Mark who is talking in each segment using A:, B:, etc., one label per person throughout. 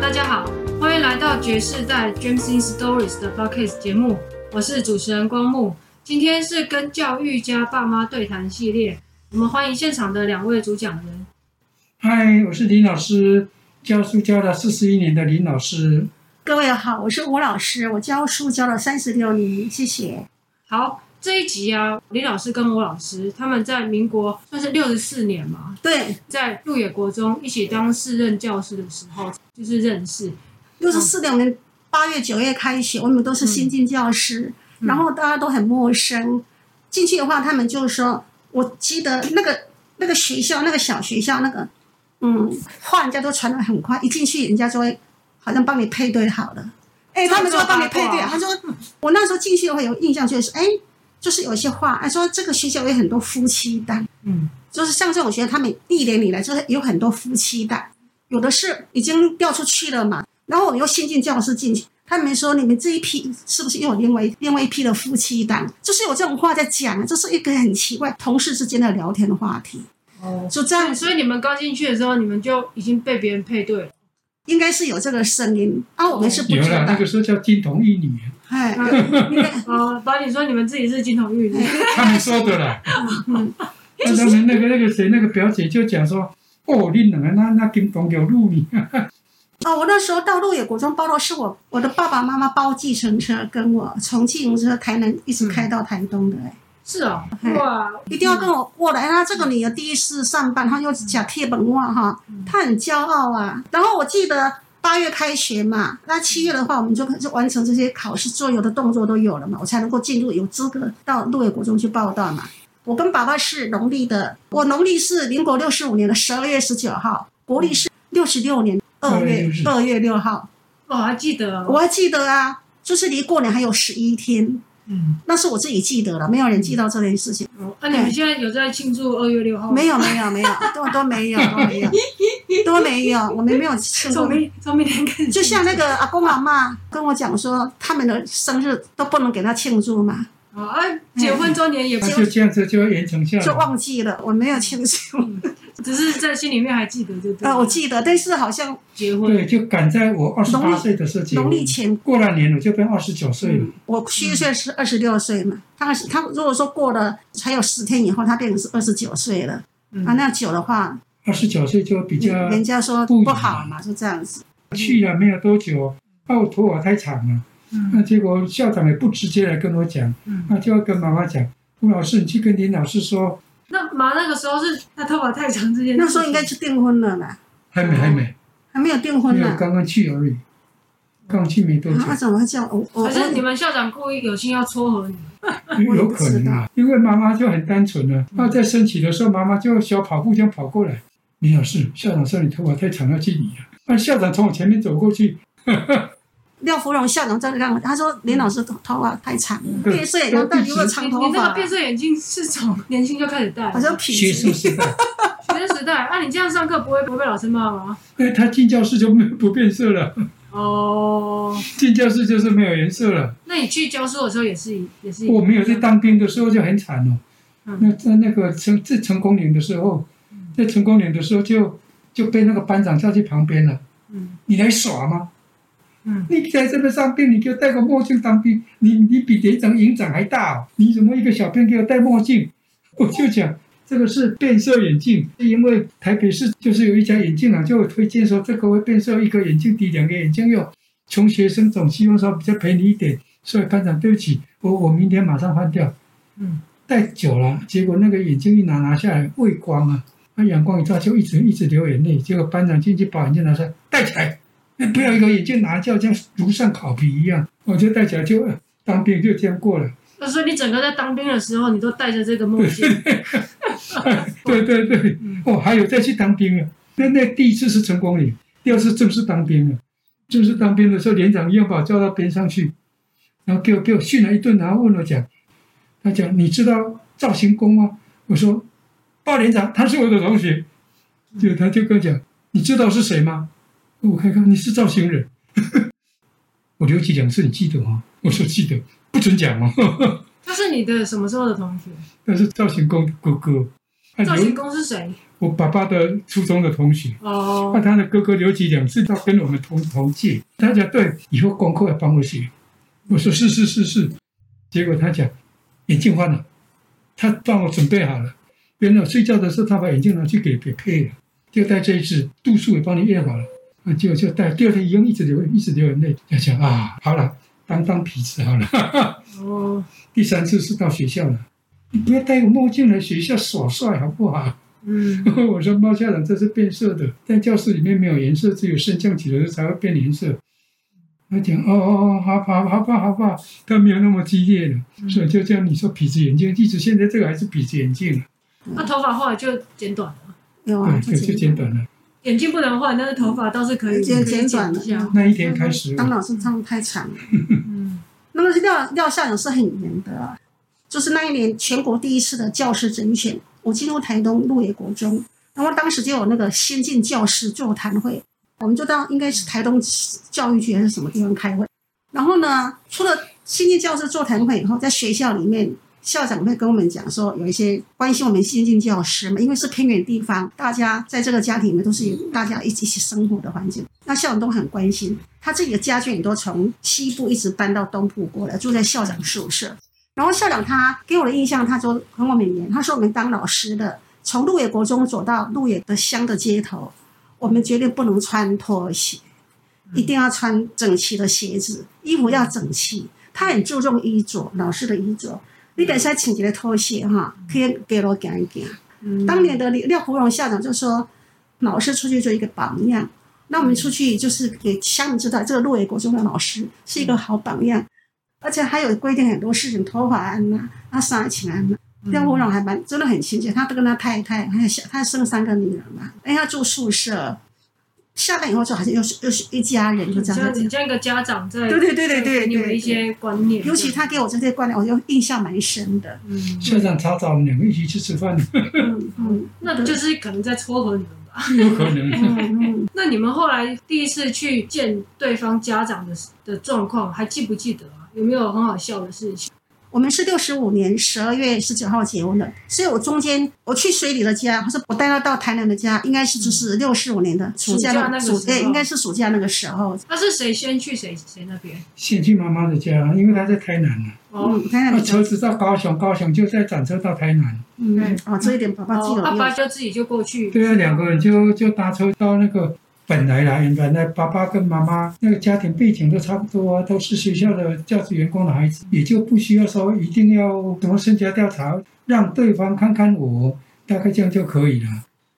A: 大家好，欢迎来到爵士在 Dreams in Stories 的 Podcast 节目，我是主持人光木。今天是跟教育家爸妈对谈系列，我们欢迎现场的两位主讲人。
B: 嗨，我是林老师，教书教了四十一年的林老师。
C: 各位好，我是吴老师，我教书教了三十六年，谢谢。
A: 好，这一集啊，李老师跟吴老师他们在民国算是六十四年嘛，
C: 对，
A: 在鹿野国中一起当市任教师的时候，就是认识。
C: 六十四年我们八月九月开学，我们都是新进教师，
A: 嗯
C: 然后大家都很陌生。进去的话，他们就说，我记得那个那个学校，那个小学校，那个嗯，话人家都传的很快，一进去人家就会好像帮你配对好了。哎、他们就会帮你配对。他说，我那时候进去的话有印象就是，哎、就是有一些话，哎，说这个学校有很多夫妻档。
A: 嗯，
C: 就是像这种学生，他们历年以来就是有很多夫妻的，有的是已经调出去了嘛，然后我们又新进教师进去，他们说你们这一批是不是又有另外一另外一批的夫妻档？就是有这种话在讲，这是一个很奇怪同事之间的聊天的话题，
A: 哦，
C: 就这样，
A: 所以你们刚进去的时候，你们就已经被别人配对了。
C: 应该是有这个声音啊，我们是不
B: 有
C: 知
B: 了，
C: 道
B: 那，个时嗯候叫金童玉 女，
C: 哎，
A: 啊哦，把你说你们自己是金童玉女，
B: 他们说的啦。
C: 嗯
B: 那他们那个那个谁那个表姐就讲说，哦，你两个那那金童有路你，
C: 啊，我那时候到鹿野国中报到，是我我的爸爸妈妈包计程车跟我从计程车台南一直开到台东的、哎。
A: 是哦，
C: 嗯
A: 哇，
C: 一定要跟我过来啊！这个女儿第一次上班，她又讲贴本话哈，她很骄傲啊。然后我记得八月开学嘛，那七月的话，我们就就完成这些考试作业的动作都有了嘛，我才能够进入有资格到鹿野国中去报道嘛。我跟爸爸是农历的，我农历是民国六十五年的十二月十九号，国历是六十六年二月
B: 嗯
C: 二月六号。
A: 我还记得哦，
C: 我还记得啊，就是离过年还有十一天，
A: 嗯，
C: 那是我自己记得了，没有人记到这件事情。
A: 哦啊，你们现在有在庆祝二月六号吗？
C: 没有没有没有，都都没 有都没有都没有，我们没有庆祝
A: 从。明从明天开始，
C: 就像那个阿公阿妈跟我讲说，他们的生日都不能给他庆祝嘛，
A: 哦啊，结婚周年也不
B: 那就这样子就延长下
C: 就哦
B: 来。
C: 忘记了，我没有庆祝。
A: 只是在心里面还啊记得，对不对？
C: 呃，我记得，但是好像
A: 结
B: 对，
A: 婚，
B: 就赶在我二十八岁的时候结
C: 农
B: 婚，
C: 历前，嗯
B: 过了年我就变二十九岁了。
C: 我虚岁是二十六岁嘛，他他如果说过了还有十天以后，他变成是二十九岁了
A: 嗯
C: 啊，那久的话，
B: 二十九岁就比较
C: 人家说
B: 不一
C: 不
B: 样
C: 好嘛，就这样子。
B: 去了没有多久，啊，我头发太长了。
A: 嗯
B: 那结果校长也不直接来跟我讲，
A: 嗯。
B: 那就要跟妈妈讲，吴老师，你去跟林老师说，
A: 那妈那个时候是她头发太长之前，
C: 那时候应该去订婚了啦，
B: 还没
A: 哦
B: 还没，
C: 还没有订婚
B: 因为
C: 呢
B: 我。刚刚去而已，刚去没多久
C: 啊，，那怎么会这样？我我
A: 可是
C: 我
A: 你们校长故意有心要撮合你，
C: 我也
B: 有
C: 不
B: 可
C: 知嗯
B: 能啊，因为妈妈就很单纯了、啊，她在升旗的时候，妈妈就小跑步这样跑过来，林老师，校长说你头发太长要去理啊，那校长从我前面走过去，
C: 廖芙蓉校长在让我他说林老师头头发太长了，
B: 对
C: 变色眼镜，但留了长
A: 你
C: 头
A: 你那
C: 发
A: 个，变色眼镜是从年轻就开始戴，
C: 好像痞
B: 学术
C: 子。
B: 时代，
A: 学生时代。啊，你这样上课不会不会被老师骂吗？
B: 因为他进教室就没有不变色了，
A: 哦，
B: 进教室就是没有颜色了。
A: 那你去教书的时候也是也是，
B: 我没有在当兵的时候就很惨哦。
A: 嗯
B: 那在那个成在成功岭的时候，在成功岭的时候就就被那个班长叫去旁边了。
A: 嗯
B: 你来耍吗？
A: 嗯，
B: 你在这边上兵，你给我戴个墨镜当兵，你你比连长、营长还大、哦，你怎么一个小兵给我戴墨镜？ 我就讲这个是变色眼镜，因为台北市就是有一家眼镜厂、啊、就有推荐说这个会变色，一个眼镜抵两个眼镜用。穷学生总希望说比较便宜一点，所以班长对不起，我我明天马上换掉。
A: 嗯，
B: 戴久了，结果那个眼镜一拿拿下来畏光啊，那阳光一照就一直一直流眼泪。结果班长进去把眼镜拿出来戴起来，那不要一个眼镜拿掉，就像如上烤皮一样。我就戴起来就呃当兵就这样过了。
A: 所以你整个在当兵的时候，你都戴着这个墨镜，
B: 哎对对对
A: 嗯，
B: 哦，还有再去当兵了。那那第一次是成功岭，第二次正式当兵了。正式当兵的时候，连长又把我叫到边上去，然后给我给我训了一顿，然后问我讲，他讲你知道赵行功吗？我说鲍连长，他是我的同学。就他就跟我讲，你知道是谁吗？我看看你是赵行人， 我留级两次，你记得吗？我说记得，不准讲哦。
A: 他是你的什么时候的同学？
B: 那是赵行功的哥哥，啊
A: 赵
B: 刘
A: 学公是谁？
B: 我爸爸的初中的同学，那
A: 哦，
B: 他的哥哥刘吉良是他跟我们同同届，他讲对，以后功课要帮我写。我说是是是是，结果他讲眼镜换了，他帮我准备好了。原来我睡觉的时候，他把眼镜拿去给给配了，就戴这一只，度数也帮你验好了，啊，就就戴。第二天一样一直流，一直流眼泪。他讲啊，好了，当当痞子好了。
A: 哦，
B: 第三次是到学校了，你不要戴个墨镜来学校耍帅好不好？
A: 嗯，
B: 我说猫校长这是变色的，在教室里面没有颜色，只有升降起来的时候才会变颜色。他讲哦哦哦，好吧好吧好吧，他没有那么激烈的，所以就叫你说痞子眼镜，一直现在这个还是痞子眼镜了，
A: 那头发后来就剪短了，
C: 有啊，
B: 对，就就简短了。
A: 眼睛不能换，但是头发倒是可以
C: 剪剪短
A: 可以
C: 了
A: 一下。
B: 那一天开始，
C: 当老师这样太惨了。
A: 嗯，
C: 那么廖廖校长是很严的啊，就是那一年全国第一次的教师甄选，我进入台东鹿野国中，然后当时就有那个先进教师座谈会，我们就到应该是台东教育局还是什么地方开会，然后呢，除了先进教师座谈会以后，在学校里面。校长会跟我们讲说，有一些关心我们先进教师嘛，因为是偏远地方，大家在这个家庭里面都是有大家一起一起生活的环境，那校长都很关心。他自己的家眷也都从西部一直搬到东部过来，住在校长宿舍。然后校长他给我的印象，他说很我们言，他说我们当老师的，从鹿野国中走到鹿野的乡的街头，我们绝对不能穿拖鞋，一定要穿整齐的鞋子，衣服要整齐。他很注重衣着，老师的衣着。你等下请一个拖鞋哈，可以给我行一行。
A: 嗯
C: 当年的廖国荣校长就说，老师出去做一个榜样。那我们出去就是给乡民知道，这个鹿野国中的老师是一个好榜样，而且还有规定很多事情，头发安呐、那杀起安呐。廖国荣还蛮真的很亲切，他都跟他太太还有小，他生了三个女儿嘛，哎，他住宿舍，下班以后就好像又是又是一家人就这样
A: 像
C: 子。
A: 你这样一个家长在
C: 对对对对对
A: 给你们一些观念，
C: 尤其他给我这些观念，我就印象蛮深的。
A: 嗯，
B: 校长查找我们两个一起去吃饭，
C: 嗯嗯
A: 那就是可能在撮合你们吧。啊
B: 有可能。
C: 嗯嗯，
A: 那你们后来第一次去见对方家长的的状况，还记不记得啊？有没有很好笑的事情？
C: 我们是六十五年十二月十九号结婚的，所以我中间我去水里的家，或者我带他到台南的家，应该是就是六十五年的暑假
A: 嗯暑假那个
C: 暑
A: 时候
C: 对，应该是暑假那个时候，
A: 那是谁先去谁谁那边？
B: 先去妈妈的家，因为她在台南啊，
A: 哦，
C: 嗯，台南
B: 那
C: 的家
B: 车，子到高雄，高雄就再转车到台南。
C: 嗯
A: 对，
C: 啊，这一点爸爸记
A: 哦
C: 得
A: 阿
C: 有
A: 爸就自己就过去。
B: 对啊，两个人就就搭车到那个本来啦，原来爸爸跟妈妈那个家庭背景都差不多啊，都是学校的教职员工的孩子，也就不需要说一定要什么身家调查，让对方看看我，大概这样就可以了。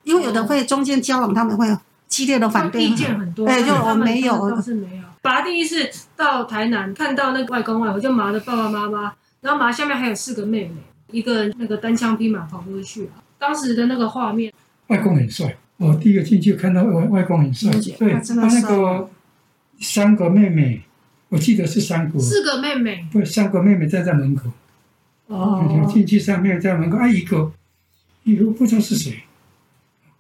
C: 因为有的会中间交往，他们会有激烈的
A: 他
C: 反
A: 们
C: 对
A: 意见很多，啊
C: 对就
A: 他们
C: 我没有
A: 他们倒是没有。爸第一次到台南，看到那个外公外婆，就麻的爸爸妈妈，然后麻下面还有四个妹妹，一个那个单枪匹马跑过去啊。当时的那个画面，
B: 外公很帅，我第一个进去看到外外公很帅，
C: 了解
B: 对，
C: 哇
B: 他
C: 真的
B: 那
C: 帅
B: 个三个妹妹，我记得是三个，
A: 四个妹妹
B: 不，三个妹妹站在门口，我
A: 哦，
B: 进去三个妹妹在门口，啊一个，一个不知道是谁，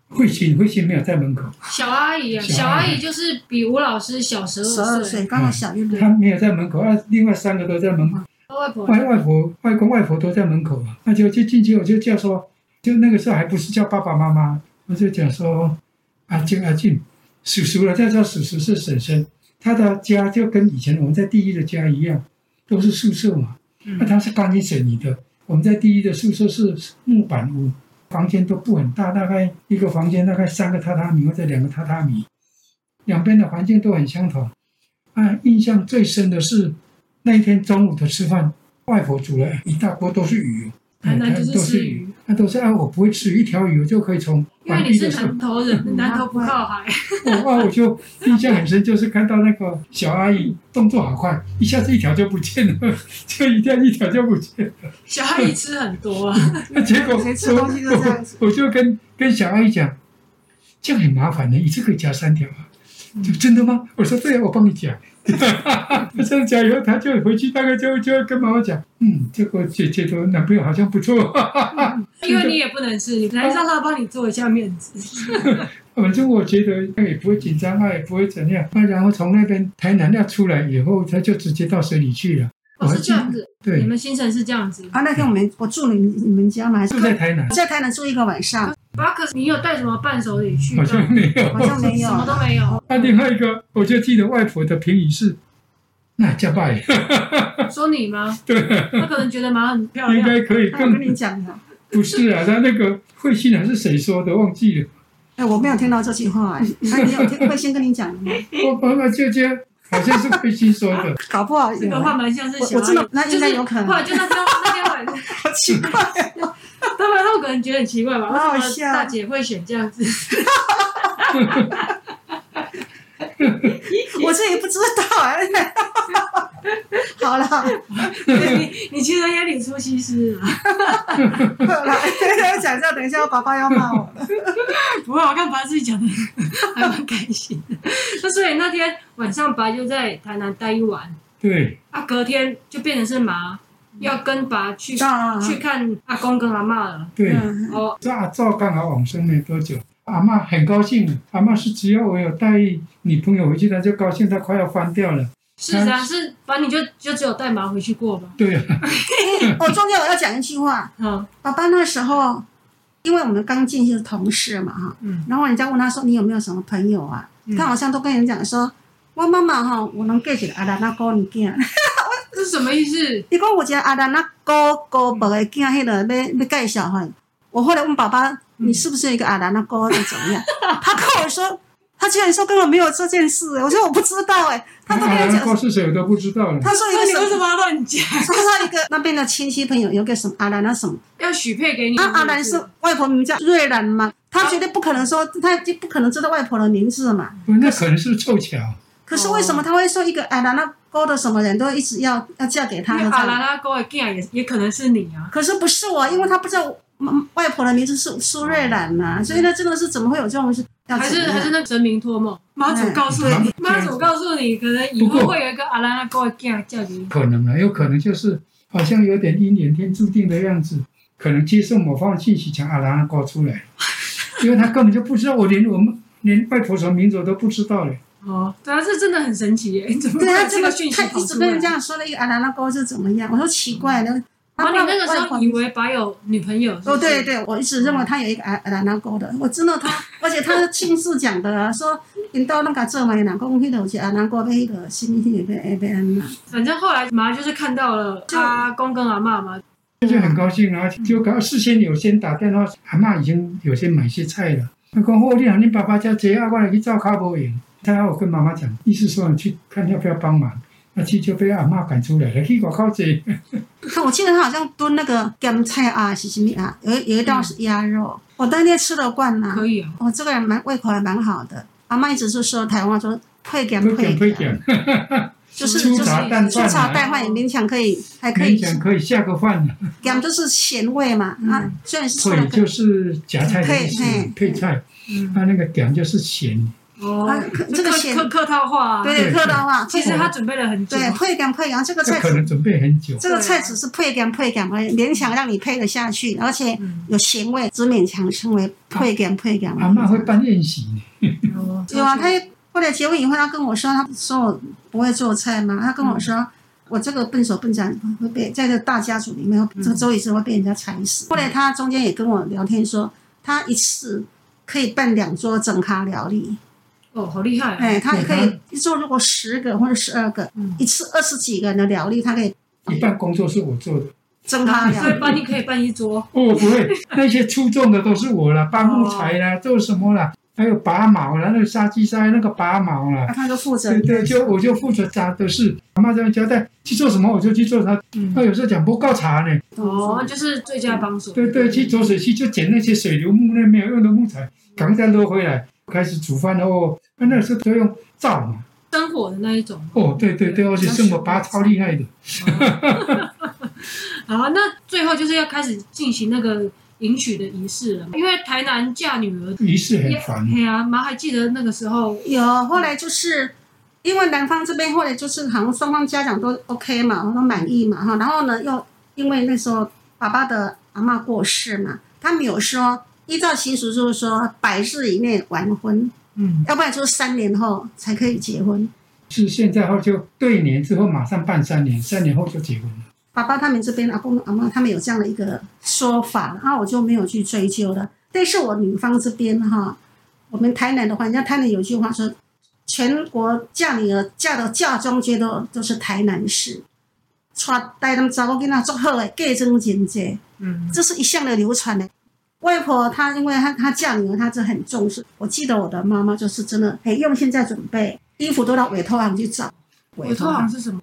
B: 慧心慧心没有在门口。
A: 小阿姨啊，小
B: 小
A: 阿
B: 阿姨
A: 姨就是比吴老师小十
C: 十
A: 二
C: 二
A: 岁，嗯
C: 岁，刚好小一点，
B: 他没有在门口，啊，另外三个都在门口，
A: 外婆
B: 外外婆、外公、外婆都在门口啊。那就就进去，我就叫说，就那个时候还不是叫爸爸妈妈，我就讲说，阿静阿静，叔叔了，再叫叔叔是婶婶，他的家就跟以前我们在第一的家一样，都是宿舍嘛，那、他是钢筋水泥的，我们在第一的宿舍是木板屋，房间都不很大，大概一个房间大概三个榻榻米或者两个榻榻米，两边的环境都很相同。啊，印象最深的是那一天中午的吃饭，外婆煮了一大锅都是鱼，
A: 台南
B: 哎
A: 啊就是
B: 都
A: 吃
B: 是
A: 鱼
B: 鱼，那都是啊，我不会吃鱼，一条鱼我就可以从
A: 因为
B: 碗
A: 你
B: 地
A: 是
B: 的时候
A: 南头人，
C: 嗯
A: 南头不靠 海，
B: 我 啊，我就印象很深，就是看到那个小阿姨动作好快，一下子一条就不见了， 就一条一条就不见了。
A: 小阿姨吃很多 啊。
B: 那结果
C: 谁吃东西都这样子
B: 我我就跟跟小阿姨讲，这样很麻烦的，一次可以加三条啊。就真的吗？我说对啊，我帮你夹。 他这样讲以后，他就回去大概就就跟妈妈讲，嗯，这个姐姐的男朋友好像不错。
A: 因为你也不能吃，你来让他帮你做一下面子。
B: 反正我觉得他也不会啊紧张，他也不会怎样。那然后从那边台南要出来以后，他就直接到水里去了。
A: 我哦是这样子，你
B: 对，
A: 们行程是这样子。
C: 啊，那天我们我住你们你们家嘛，还是
B: 住在台南，
C: 在台南住一个晚上，
A: 巴克，你有带什么伴手礼去
B: 好
A: 吗？
B: 像没有。
C: 好像没有
A: 什么都没有，
B: 那另外一个，我就记得外婆的评语是：“那加拜，
A: 说你吗？
B: 对，
A: 他可能觉得马很漂
B: 应
A: 亮，
B: 该可以
C: 哎我
B: 更
C: 跟你讲的，
B: 不是啊。”他那个慧心还是谁说的，忘记 了。
C: 哎，我没有听到这句话，哎，那你有听会先跟你讲的吗？
B: 我爸爸姐姐好像是慧心说 的，
C: 搞不好有啊
A: 这个话蛮像是小
C: 我我真的那应该有可能
A: 后来就那天那天晚上，
C: 好奇怪哦，
A: 他们他们可能觉得很奇怪吧？
C: 好好
A: 为什
C: 笑
A: 么大姐会选这样子？
C: 我这也不知道哎。好了，好
A: 你你其实也理出西施啊！
C: 了，讲一下，等一下我爸爸要骂我了。
A: 不过我看爸自己讲的还蛮开心的。那所以那天晚上爸就在台南待一晚，
B: 对，
A: 啊，隔天就变成是妈要跟爸去、
C: 啊，
A: 去看阿公跟阿妈了。
B: 对。
C: 嗯
A: 哦，
B: 这阿赵刚好往生没多久，阿嬷很高兴。阿嬷是只要我有带女朋友回去，她就高兴，她快要翻掉了。
A: 是啊，是反正你就就只有带妈回去过吧。
B: 对 啊，
C: 我哦中间我要讲一句话，
A: 嗯
C: 爸爸那时候，因为我们刚进去是同事嘛哈，
A: 嗯
C: 然后人家问他说你有没有什么朋友啊？
A: 嗯
C: 他好像都跟人讲说，我妈妈哈，我能 get 起阿达那哥你囝，
A: 这是什么意思？
C: 伊讲有一个阿达那哥哥伯的囝，迄个要要介绍哈。我后来问爸爸，你是不是有一个阿达那哥的怎么样？他跟我说，他居然说根本没有这件事、我说我不知道哎、他都跟
B: 阿
C: 我
B: 兰
C: 讲
B: 哥，是谁我都不知道了。
C: 他说一
A: 那
C: 个
A: 你
C: 什
A: 为什
C: 么，
A: 么要乱讲？
C: 他说一个那边的亲戚朋友有个什么阿达那什么。
A: 要许配给你？
C: 那阿兰是外婆名叫瑞兰嘛，他绝对不可能说，他就不可能知道外婆的名字嘛。
B: 不那可能是凑巧，
C: 可是为什么他会说一个阿兰那勾的什么人都一直要要嫁给他
A: 因为
C: 呢？
A: 阿兰阿公的囝也也可能是你啊。
C: 可是不是我，因为他不知道妈外婆的名字是苏瑞兰嘛，所以呢，真的是怎么会有这种事？要
A: 嗯还
C: 怎么
A: 是
C: 样
A: 还是那神明托梦，哎妈祖告诉你
B: 嗯，
A: 妈祖告诉你，可能以后会有一个阿兰阿哥的嫁嫁给你。
B: 可能啊，有可能就是好像有点姻缘天注定的样子，可能接受某方信息，讲阿兰哥出来， 因为他根本就不知道，我连我们连外婆什么名字我都不知道嘞。
A: 哦，对啊，这真的很神奇耶！怎么
C: 对他
A: 会
C: 这
A: 这
C: 个
A: 个讯息
C: 他
A: 跑
C: 一直
A: 出
C: 跟
A: 来
C: 人？家说了一个阿兰那勾是怎么样？我说奇怪呢，
A: 然后你哦那个时
C: 外婆
A: 候以为爸有女朋友？是不
C: 哦，
A: 是
C: 对。对，我一直认为他有一个阿阿兰那哥的，我 真的他，而且他亲自讲的啊，说因到那个做媒人讲迄个有一个阿兰哥被迄个新迄个被被安娜，
A: 反正后来妈就是看到了
C: 就
A: 阿公跟阿妈嘛，
B: 他就很高兴啊，就搞事先有先打电话，阿嬷已经有先买些菜了。他讲：“哦，你喊你爸爸家姐啊，我来去照卡无用。”他要我跟妈妈讲，意思说你去看要不要帮忙。那去就被阿嬷赶出来了，去外口坐。
C: 看我记得他好像炖那个咸菜啊，是什么啊？有一有一道是鸭肉，我当天吃了惯呐、
A: 可以啊。
C: 我、哦这个人蛮胃口还蛮好的，阿妈一直是说台湾话说配咸
B: 不讲不
C: 配咸，
B: 讲，
C: 就是
A: 粗
C: 就是
A: 茶
B: 淡
C: 粗
B: 饭
C: 茶
B: 啊
C: 淡饭也勉强可以，还可以
B: 勉强可以下个饭啊了。
C: 咸就是咸味嘛、啊，虽然是出来
B: 腿
C: 可以
B: 就是夹菜的意思
C: 配，
B: 配菜。
A: 嗯。
B: 他那个点就是咸，
A: 哦
C: 啊可，这个
A: 客
C: 显
A: 客客套话啊。
C: 对
B: 对
C: 客套话，
A: 其实他准备了很久。
C: 对配咸配咸这个
B: 这
C: 菜
B: 可能准备很久。
C: 这个菜只是配咸配咸而已，勉强让你配得下去，而且
A: 嗯。
C: 有咸味，只勉强称为配咸配咸。
B: 阿嬷会办宴席呢，
A: 哦
C: 有啊，他后来结婚以后，他跟我说，他说我不会做菜嘛，他跟我说。我这个笨手笨脚会被在这大家族里面，这个周医师会被人家踩死。后来他中间也跟我聊天说，他一次可以办两桌整咖料理，
A: 哦，好厉害啊！
C: 哎，他也可以一桌如果十个或者十二个
A: 嗯，
C: 一次二十几个人的料理，他可以
B: 一半工作是我做的。
C: 整咖料
A: 所以
C: 理。
A: 爸你可以办一桌。
B: 哦，不会，那些出众的都是我啦，拔木材啦，做什么啦，还有拔毛啦，那个杀鸡杀那个拔毛啦，
C: 他就负责
B: 对对，就我就负责扎的事。阿妈这样交代去做什么，我就去做它。
A: 嗯
B: 那有时候讲不告茶呢，
C: 嗯
A: 哦，就是最佳帮手。
B: 对对，去浊水溪就捡那些水流木那没有用的木材，赶快再捞回来，开始煮饭了哦。那那时候都用灶嘛，
A: 生火的那一种。
B: 哦，对对对，而且生我拔超厉害的，
A: 哦 好，啊那最后就是要开始进行那个迎娶的仪式了嘛，因为台南嫁女儿
B: 于是很烦。哦
A: 嘿啊，妈还记得那个时候，
C: 有，后来就是因为男方这边后来就是好像双方家长都 OK 嘛，都满意嘛哈，然后呢又因为那时候爸爸的阿嬷过世嘛，他们有说依照习俗就是说百日以内完婚，
A: 嗯，
C: 要不然就是三年后才可以结婚。
B: 是现在后就对年之后马上办三年，三年后就结婚了。
C: 爸爸他们这边阿公阿妈他们有这样的一个说法，然后我就没有去追究了。但是我女方这边哈，我们台南的话，人家台南有句话说，全国嫁女儿嫁到嫁妆街都都是台南市，娶台南查某囡仔足好诶，嫁妆真济，
A: 嗯
C: 这是一向的流传的。外婆她因为她她嫁女儿，她就很重视。我记得我的妈妈就是真的很用心在准备，衣服都到委托行去找。
A: 委托
C: 啊
A: 行是什么？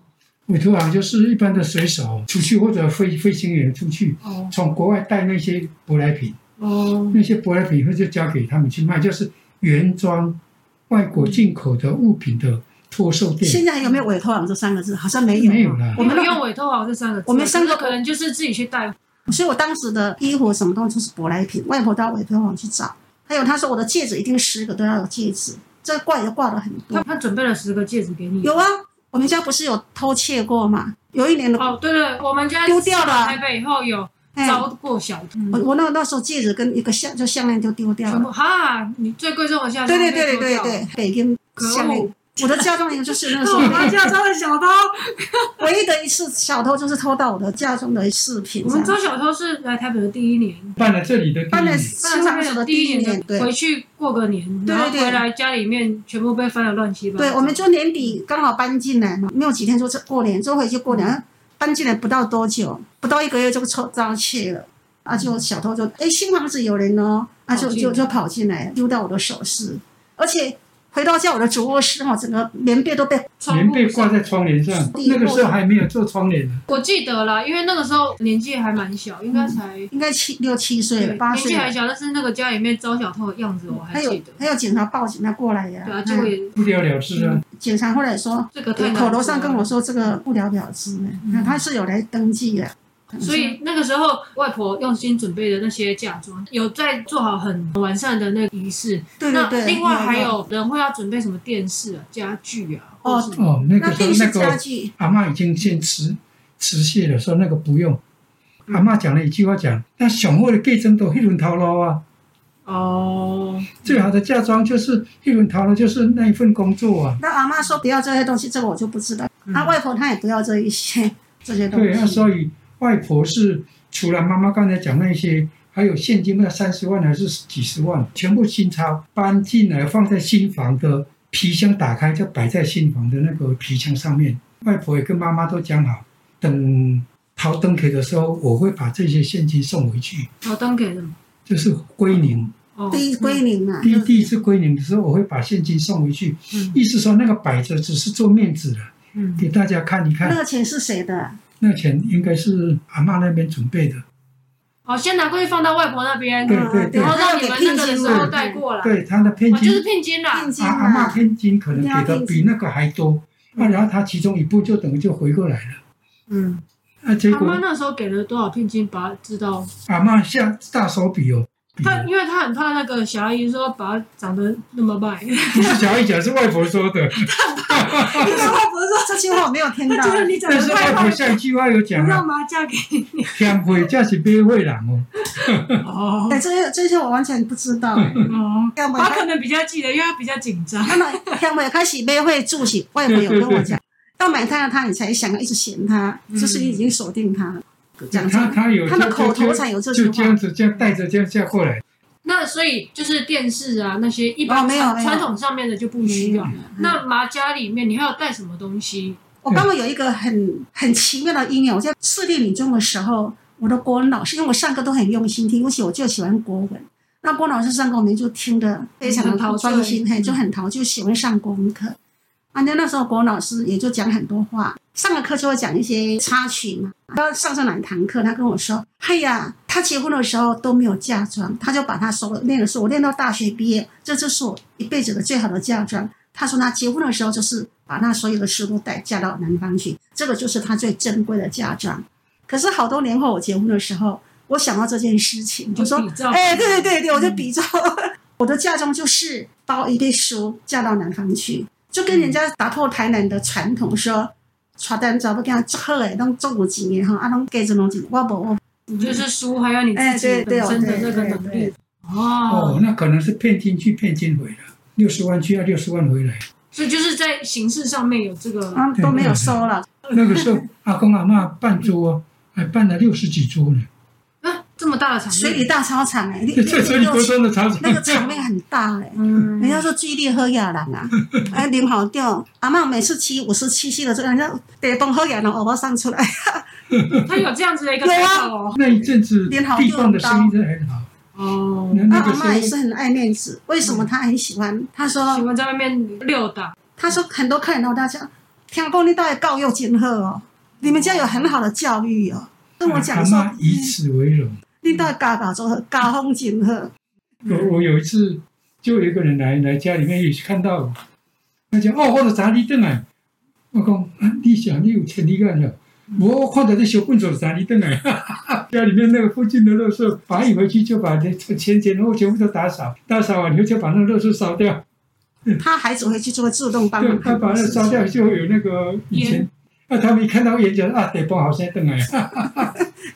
B: 委托行就是一般的水手出去或者飞飞行员出去，
A: 哦
B: 从国外带那些舶来品，
A: 哦
B: 那些舶来品会就交给他们去卖，就是原装外国进口的物品的脱售
C: 现
B: 店。
C: 在还有没有委托行这三个字？好像没有。
B: 没有啦
A: 我
C: 我们
A: 们
C: 那
A: 用委托行这三个字，
C: 我们三个
A: 可是可能就是自己去带。
C: 所以我当时的衣服什么东西都是舶来品，外婆到委托行去找。还有她说我的戒指一定十个都要有戒指，这挂也挂了很
A: 他
C: 多。
A: 他准备了十个戒指给你。
C: 有啊，我们家不是有偷窃过嘛？有一啊年的，
A: 哦，对对，我们家
C: 丢掉了
A: 台北以后有
C: 哎，嗯
A: 遭过小偷，
C: 我我那那时候戒指跟一个项就项链就丢掉
A: 全
C: 了。
A: 部哈，你最贵重的下
C: 对对对对对对，北京
A: 可恶
C: 项链。我的嫁妆也就是那时候
A: 我妈家遭了 小偷，
C: 唯一的一次小偷，就是偷到我的嫁妆的饰品
A: 我
C: 这
A: 们
C: 样。
A: 招小偷是来台北的第一年，
B: 办了这里的第一
C: 搬了
B: 年，
C: 新上手的第一年，对，
A: 回去过个年，
C: 对
A: 然后
C: 对
A: 回来家里面全部被翻得乱七八糟。
C: 对，我们就年底刚好搬进来
A: 嗯
C: 嘛，没有几天就过年，就回去过年。搬进来不到多久，不到一个月就抽遭窃了，啊，就小偷就哎新房子有人哦，啊就
A: 嗯跑进
C: 就
A: 来
C: 就跑进来丢到我的首饰，而且回到家我的主卧室哈，整个棉被都被
A: 窗户
B: 棉被挂在窗帘上，那个时候还没有做窗帘呢。
A: 我记得啦，因为那个时候年纪还蛮小，应该才、
C: 应该七六七岁了，
A: 对
C: 嗯八
A: 年
C: 岁
A: 纪还
C: 了，
A: 小，但是那个家里面招小偷的样子我还
C: 还有
A: 记得。
C: 还有警察报警他过来呀、
A: 对啊，结果
C: 哎
A: 也
B: 不了了之啊，
C: 警察后来说
A: 这个太难
C: 口头上
A: 做
C: 跟
A: 了
C: 我说这个不了了之，那、他是有来登记的，
A: 嗯所以那个时候，外婆用心准备的那些嫁妆，有在做好很完善的那个仪式。
C: 对对对，
A: 那另外还
C: 有
A: 有人会要准备什么电视啊、家具啊，
C: 哦
A: 或是
B: 哦，那
C: 那
B: 个时
C: 电
B: 候那
C: 视家
B: 个
C: 具，
B: 阿嬷已经先辞辞谢了，说那个不用。
C: 嗯
B: 阿嬷讲了一句话讲，那上好的嫁妆都迄轮头路啊，
A: 哦，
B: 最好的嫁妆就是迄轮头路，就是那一份工作啊。
C: 那阿妈说不要这些东西，这个我就不知道。
A: 嗯
C: 那、外婆她也不要这一些这些东
B: 对，那
C: 西。
B: 所以外婆是除了妈妈刚才讲那些，还有现金那三十万还是几十万，全部新钞搬进来，放在新房的皮箱打开，就摆在新房的那个皮箱上面。外婆也跟妈妈都讲好，等逃登给的时候，我会把这些现金送回去，
A: 我灯哦给什么？
B: 就是归
C: 嗯
B: 宁。
A: 哦，
C: 第一归零嘛，
B: 嗯第一第一次归宁的时候，我会把现金送回去，
A: 嗯
B: 意思说那个摆着只是做面子了，
A: 嗯，
B: 给大家看一
C: 那
B: 看。啊
C: 个钱是谁的？
B: 那钱应该是阿嬷那边准备的。
A: 哦，先拿过去放到外婆那边，
B: 对
A: 然
B: 对对
A: 后让你
C: 给
A: 们
C: 聘
A: 那个的
C: 金
A: 时
C: 嘛
A: 候，带过来，
B: 对，他的聘
A: 哦，就
B: 金
A: 是聘金啦
C: 聘。金
B: 阿阿妈
C: 嘛，嗯
B: 聘金可能
C: 一定要
B: 给的
C: 聘
B: 比
C: 金
B: 那个还多，那、然后他其中一部就等于就回过来了，
A: 嗯，
B: 啊，结
A: 阿妈
B: 果
A: 那时候给了多少聘金？把她知道，
B: 阿妈下大手笔哦，笔
A: 她
B: 哦
A: 因为她很怕那个小阿姨说把她长得那么 卖，
B: 不是小一讲，是外婆说的，
C: 外婆说这句话我没有听到
A: 就。是你长
B: 但是
A: 得太
B: 外
A: 坏
B: 婆，下一句话有讲
A: 不
B: 啊，
A: 让妈嫁给你。
B: 天会这是别会人哦，
A: 哦
C: 哎对，这些这些我完全不知 道。
A: 哦，
C: 要么
A: 他可能比较记得，因为他比较紧张。
C: 那么天美开始约会住起，外婆有跟我讲，要买他的他，你才想一直嫌他，
B: 嗯
C: 就是已经锁定他了。讲
B: 他
C: 真，
B: 他有
C: 他的口头
B: 就
C: 禅有这
B: 就
C: 句
B: 就这
C: 话
B: 样。子这样带着这样下过来，
A: 那所以就是电视啊那些一
C: 哦
A: 般
C: 没有
A: 传
C: 没有嗯
A: 传统上面的就不需要。那麻家里面你还有带什么东西？
C: 我刚刚有一个很很奇妙的因缘，我在私立女中的时候，我的国文老师，因为我上课都很用心听，尤其我就喜欢国文。那郭老师上课，我们就听得非常
A: 很陶
C: 的
A: 醉
C: 专心，嘿，
A: 嗯
C: 就很陶，就喜欢上国文课。啊，那那时候国文老师也就讲很多话，上了课就会讲一些插曲嘛。他上上哪一堂课，他跟我说：“哎呀，他结婚的时候都没有嫁妆，他就把他所有念的书，我念到大学毕业，这就是我一辈子的最好的嫁妆。”他说他结婚的时候就是把他所有的书都带嫁到南方去，这个就是他最珍贵的嫁妆。可是好多年后我结婚的时候，我想到这件事情，我说
A: 就比嗯较
C: 哎，对对对对，我就比照、我的嫁妆就是包一堆书嫁到南方去，就跟人家打破台南的传统说。传单照不跟他做好诶，拢做有钱诶吼，啊，拢嫁妆拢钱，我无我
A: 就是书，还有你自己
C: 嗯哎对对
A: 本身的
C: 对
A: 那个
C: 对
A: 能
C: 对
A: 力。
C: 对
B: 哦
A: 哦，，
B: 啊那可能是骗进去骗进回了，六十万去要六十万回来，
A: 所以就是在形式上面有这个，
C: 啊，都没有收了。
B: 那个时候阿公阿妈办桌啊，还办了六十几桌呢，
A: 啊，这么大的场
C: 水里
A: 面，
C: 大操场哎、欸，
B: 在这里国中的场
C: 那个场面很大哎、
A: 嗯
C: 人家说居力喝雅人啊，哎，林好掉。阿妈每次骑五十七 C 的时候，人家得东喝雅人，我要上出来。
A: 他 有这样子的一个
C: 有啊
A: 采访哦，
B: 那一阵子
C: 连好
B: 地方的生意真的很好。
A: 哦，
B: 那
C: 那
B: 那
C: 啊阿
B: 个
C: 妈也
B: 时
C: 是
B: 候，
C: 很爱面子，为什么她很喜欢？她
A: 喜
C: 说，
A: 欢在外面溜达，
C: 她说很多客人都跟她讲，听说你到底教育真好哦，你们家有很好的教育哦。跟我讲
B: 哎阿
C: 说，嗯
B: 妈以此为荣。
C: 你到底教教做好，教风哦真好。
B: 我我有一次，就有一个人来来家里面，也是看到我，他讲哦，我的砸你凳来，我讲啊，你想你有钱你干了，我我看到这小棍手砸你凳来， 家里面那个附近的垃圾，拔一回去就把这前前后后全部都打扫，打扫完以后就把那垃圾烧掉，
C: 她孩子回去就会自动帮
B: 就
C: 忙
B: 他
C: 看
B: 嗯把
C: 电
B: 那
C: 视剧。
B: 烧掉就会有那个以前
A: 烟。
B: 那、他们一看到演讲啊，得 帮好先等来。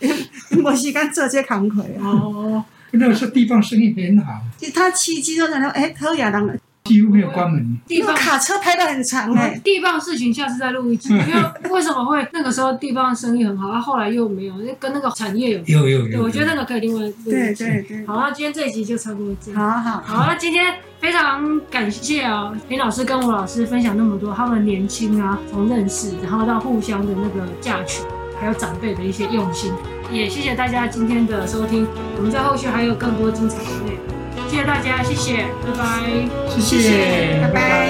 C: 没时间做这工课啊。
A: 哦，
B: 那时候地方生意很好，
C: 他骑机车的时候，哎，好雅人，
B: 几乎没有关门。
A: 地
C: 那
A: 方
C: 卡车排的很长哎、嗯
A: 地磅事情下次再录一集，因为为什么会那个时候地磅生意很好，啊，后来又没有，那跟那个产业有，
B: 有有
A: 对，
B: 有，
A: 我觉得那个可以另外录
C: 对
A: 一集。
C: 对对，
A: 好，那今天这一集就差不多这样。
C: 好好。
A: 好，那今天非常感谢啊，林老师跟我老师分享那么多他们年轻啊，从认识，然后到互相的那个嫁娶，还有长辈的一些用心，也谢谢大家今天的收听，我们在后续还有更多精彩的内容，谢谢大家，谢谢，拜拜。
B: 谢
C: 谢谢拜拜